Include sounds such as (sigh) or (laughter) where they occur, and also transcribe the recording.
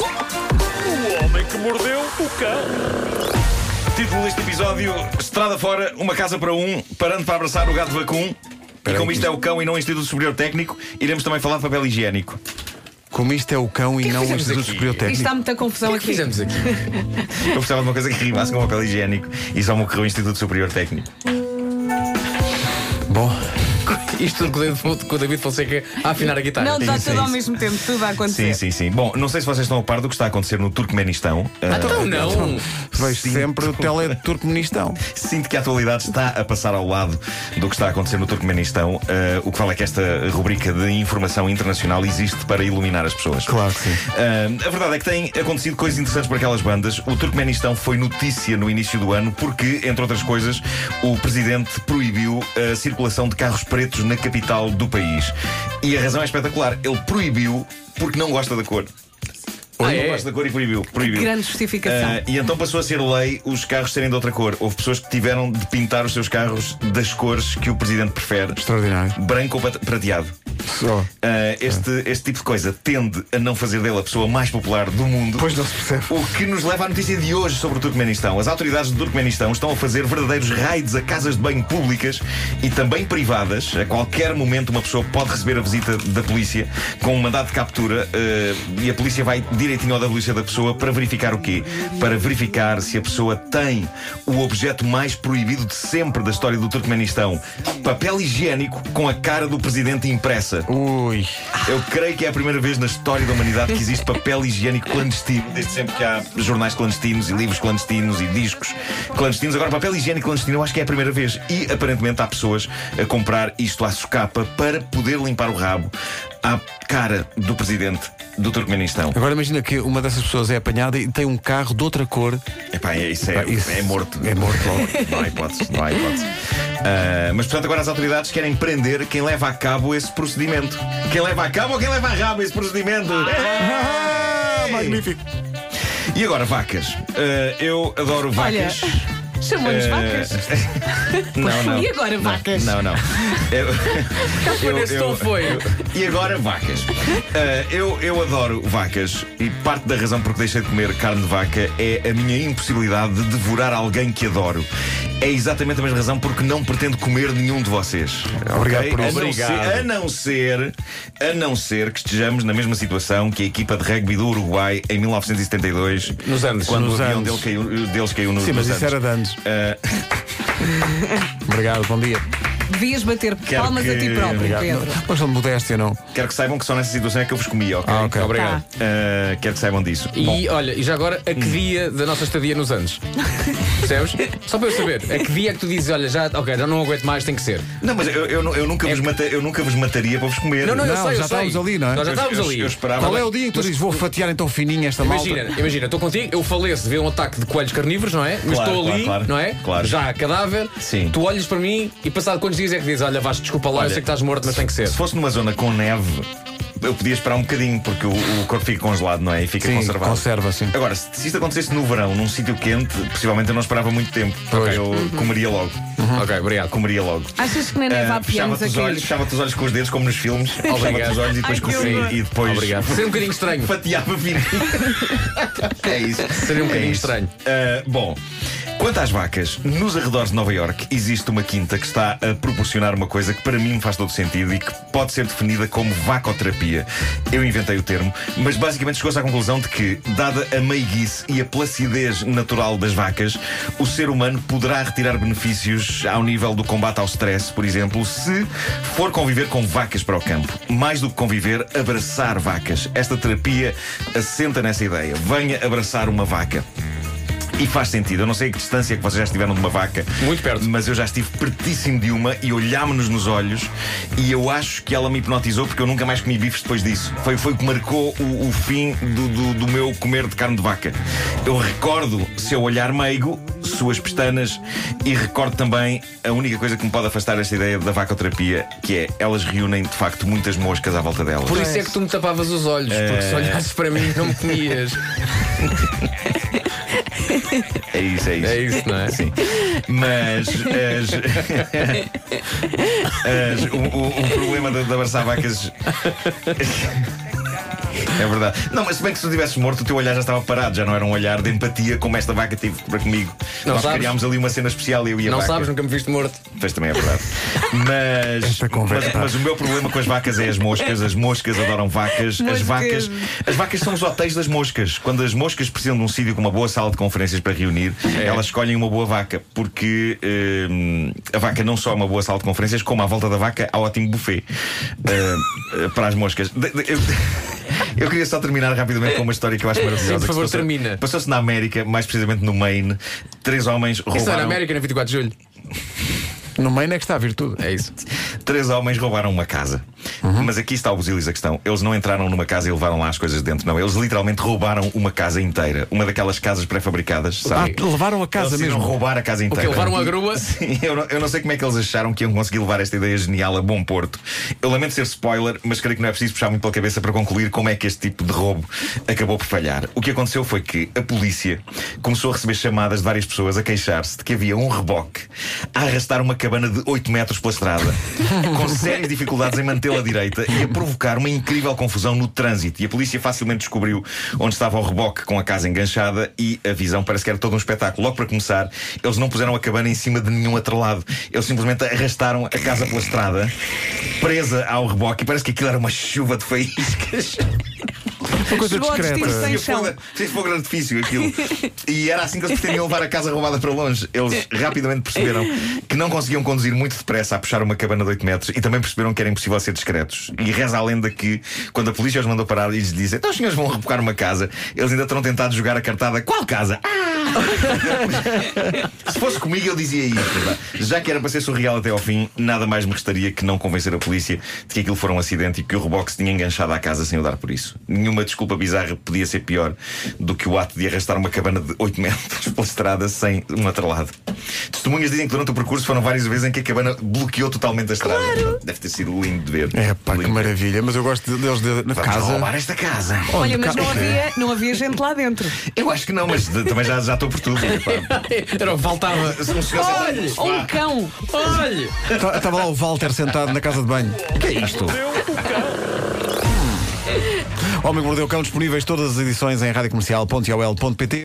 O homem que mordeu o cão. Título deste episódio: Estrada fora, uma casa para um, parando para abraçar o gato vacum. e como isto é o cão e não o Instituto Superior Técnico, iremos também falar de papel higiênico. Como isto é o cão e não o fizemos Instituto aqui? Superior Isto Técnico. é está muita confusão O que aqui. fizemos aqui? Eu precisava de uma coisa que rimasse com papel higiênico e só me ocorreu o Instituto Superior Técnico. Bom, Isto tudo com o- com o David Fonseca a afinar a guitarra. Não, está Sim, tudo sim, ao sim. mesmo tempo, tudo a acontecer. é Sim, sim, sim. Bom, não sei se vocês estão a par do que está a acontecer no Turcomenistão. Ah, Então não. vejo Sim. sempre o tele Turcomunistão. Sinto que a atualidade está a passar ao lado do que está a acontecer no Turcomenistão. Eh, o que vale é que esta rubrica de informação internacional existe para iluminar as pessoas. Claro que sim. Eh, a verdade é que têm acontecido coisas interessantes para aquelas bandas. O Turcomenistão foi notícia no início do ano porque, entre outras coisas, o presidente proibiu a circulação de carros pretos na capital do país. E a razão é espetacular. Ele proibiu porque não gosta da cor. Ah, Ele é? não gosta da cor e proibiu. proibiu. Grande justificação. Eh, e então passou a ser lei os carros serem de outra cor. Houve pessoas que tiveram de pintar os seus carros das cores que o presidente prefere. Extraordinário. É. Branco ou pat- prateado. Só. Eh, este, este tipo de coisa tende a não fazer dele a pessoa mais popular do mundo. Pois não se percebe. O que nos leva à notícia de hoje sobre o Turcomenistão. As autoridades do Turcomenistão estão a fazer verdadeiros raids a casas de banho públicas e também privadas. A qualquer momento uma pessoa pode receber a visita da polícia com um mandado de captura eh, e a polícia vai direitinho ao WC da pessoa para verificar o quê? Para verificar se a pessoa tem o objeto mais proibido de sempre da história do Turcomenistão. Papel higiênico com a cara do presidente impressa. Ui. Eu creio que é a primeira vez na história da humanidade que existe papel higiênico clandestino. Desde sempre que há jornais clandestinos e livros clandestinos e discos clandestinos. Agora, papel higiênico clandestino, eu acho que é a primeira vez. E aparentemente há pessoas a comprar isto à socapa para poder limpar o rabo à cara do presidente do Turcomenistão. Agora imagina que uma dessas pessoas é apanhada e tem um carro de outra cor. Epá, é, isso, é, Epá, isso é morto. (laughs) é morto. Não há hipótese. Não há hipótese. Ah, mas, portanto, agora as autoridades querem prender quem leva a cabo esse procedimento. Quem leva a cabo ou quem leva a rabo esse procedimento? Ah, Ei! magnífico. E agora vacas. Ah, eu adoro Olha, vacas. chamou-nos Ah, vacas. não, não. E agora vacas? Não, não. (laughs) Eu- Foi nesse tom, foi. E agora vacas. Ah, eu, eu adoro vacas e parte da razão por que deixei de comer carne de vaca é a minha impossibilidade de devorar alguém que adoro. É exatamente a mesma razão porque não pretendo comer nenhum de vocês. Obrigado Ok? por a isso. não, ser, Obrigado. a não ser, a não ser que estejamos na mesma situação que a equipa de rugby do Uruguai em 1972, Nos Andes. quando Nos o avião Andes. dele caiu, deles caiu nos Sim, mas nos isso era de antes. Eh, Andes. Ah, (laughs) Obrigado, bom dia. Devias bater Quero palmas a que- ti próprio, Obrigado. Pedro. Mas são de modéstia, não? quero que saibam que só nessa situação é que eu vos comia, ok? Ah, ok. Obrigado. Tá. Ah, quero que saibam disso. Bom. E olha, e já agora, a que dia da nossa estadia (laughs) nos anos? Percebes? Só para eu saber, a que dia é que tu dizes, olha, já, ok, já não aguento mais, tem que ser. Não, mas eu, eu, nu- eu nunca vos mata- eu nunca vos mataria para vos comer. É Não, não, eu Não, sei, eu já sei. estávamos ali, não é? Nós já Eu- estávamos eu- ali. eu esperava- Qual é o dia em que tu dizes vou fatiar então fininho esta malta? Imagina, imagina, estou contigo, eu faleço, vê um ataque de coelhos carnívoros, não é? Mas Claro, estou ali, claro, claro. não é? Claro. Já cadáver, Sim. tu olhas para mim e passado quantos dias é que dizes, olha, Vasco, desculpa lá, eu Olha, sei que estás morto, mas tem que ser. Se fosse numa zona com neve, eu podia esperar um bocadinho, porque o, o corpo fica congelado, não é? E fica Sim, conservado. conserva, sim. Agora, se, se isto acontecesse no verão, num sítio quente, possivelmente eu não esperava muito tempo. Pois. Eu comeria logo. Ok, Uhum. obrigado. Comeria logo. Achas que na neve Ah, há pianos fechava-te os olhos, aqui? fechava-te os olhos com os dedos, como nos filmes. Fechava-te os olhos e depois Ai, que cozia horror. e depois Obrigado. Seria um bocadinho estranho. fatiava (laughs) fininho. é isso. Seria um É bocadinho isso. estranho. Ah, bom, quanto às vacas, nos arredores de Nova Iorque existe uma quinta que está a proporcionar uma coisa que para mim faz todo sentido e que pode ser definida como vacoterapia. Eu inventei o termo, mas basicamente chegou-se à conclusão de que, dada a meiguice e a placidez natural das vacas, o ser humano poderá retirar benefícios ao nível do combate ao stress, por exemplo, se for conviver com vacas para o campo. Mais do que conviver, abraçar vacas. Esta terapia assenta nessa ideia. Venha abraçar uma vaca. E faz sentido. Eu não sei a que distância que vocês já estiveram de uma vaca. Muito perto. Mas eu já estive pertíssimo de uma e olhámos-nos nos olhos e eu acho que ela me hipnotizou porque eu nunca mais comi bifes depois disso. Foi, foi o que marcou o, o fim do, do- do meu comer de carne de vaca. Eu recordo seu olhar meigo, suas pestanas e recordo também a única coisa que me pode afastar esta ideia da vacoterapia, que é elas reúnem de facto muitas moscas à volta delas. Por isso é que tu me É. tapavas os olhos, porque se olhasses para mim não me comias. É isso, é isso. É isso, não é? (laughs) Sim. Mas as- as- o, o- o problema de, de abraçar vacas. É verdade. Não, mas se bem que se tu tivesses morto, o teu olhar já estava parado, já não era um olhar de empatia como esta vaca teve para comigo. Não Nós sabes? criámos ali uma cena especial, eu e a Não vaca. sabes, nunca me viste morto. Pois também é verdade. Mas, Esta conversa. mas, mas o meu problema com as vacas é as moscas. As moscas adoram vacas. As Moscas. vacas, as vacas são os hotéis das moscas. Quando as moscas precisam de um sítio com uma boa sala de conferências para reunir, É. elas escolhem uma boa vaca. Porque hum, a vaca não só é uma boa sala de conferências, como à volta da vaca há ótimo buffet eh, eh, para as moscas. De- de- eu... (laughs) eu queria só terminar rapidamente com uma história que eu acho maravilhosa. Sim, por que se favor, passou- termina. Passou-se na América, mais precisamente no Maine. Três homens roubaram. Isso não era América, no 24 de julho. No meio é que está a virtude. É isso. Três homens roubaram uma casa. Mas aqui está o busilis a questão. Eles não entraram numa casa e levaram lá as coisas dentro, não. Eles literalmente roubaram uma casa inteira. Uma daquelas casas pré-fabricadas, Ah, sabe? levaram a casa eles decidiram mesmo. roubar a casa Porque inteira. levaram a (laughs) grua. Sim, eu, não, eu não sei como é que eles acharam que iam conseguir levar esta ideia genial a bom porto. Eu lamento ser spoiler, mas creio que não é preciso puxar muito pela cabeça para concluir como é que este tipo de roubo acabou por falhar. O que aconteceu foi que a polícia começou a receber chamadas de várias pessoas a queixar-se de que havia um reboque a arrastar uma cabana de 8 metros pela estrada, com sérias dificuldades em mantê-la direita e a provocar uma incrível confusão no trânsito. E a polícia facilmente descobriu onde estava o reboque com a casa enganchada e a visão parece que era todo um espetáculo. Logo para começar, eles não puseram a cabana em cima de nenhum atrelado. Eles simplesmente arrastaram a casa pela estrada, presa ao reboque, e parece que aquilo era uma chuva de faíscas. Uma coisa Chegou ao discreta. destino sem- Parecia chão. fogo- parecia fogo de artifício aquilo. E era assim que eles pretendiam levar a casa roubada para longe. Eles rapidamente perceberam que não conseguiam conduzir muito depressa a puxar uma cabana de 8 metros e também perceberam que era impossível ser discretos. E reza a lenda que, quando a polícia os mandou parar e lhes disse: Então os senhores vão rebocar uma casa, eles ainda terão tentado jogar a cartada. Qual casa? Se fosse comigo, eu dizia isto. pá. Já que era para ser surreal até ao fim, nada mais me restaria que não convencer a polícia de que aquilo foi um acidente e que o reboque se tinha enganchado à casa sem o dar por isso. Nenhuma desculpa bizarra podia ser pior do que o ato de arrastar uma cabana de 8 metros pela estrada sem um atrelado. Testemunhas dizem que durante o percurso foram várias vezes em que a cabana bloqueou totalmente a estrada. Deve ter sido lindo de ver. É pá, que Lindo. maravilha. Mas eu gosto de- deles de- na Vamos casa. roubar esta casa. Olha, mas não havia, não havia gente lá dentro. Eu acho que não, mas de- também já já estou por (laughs) tudo. pá. Era o que faltava. Se um senhor sentado no Olha, sofá- ou um cão. Olha! Ta- Estava Tá, lá o Walter sentado na casa de banho. que é isto? Homem que mordeu o cão disponíveis todas as edições em radiocomercial.ol.pt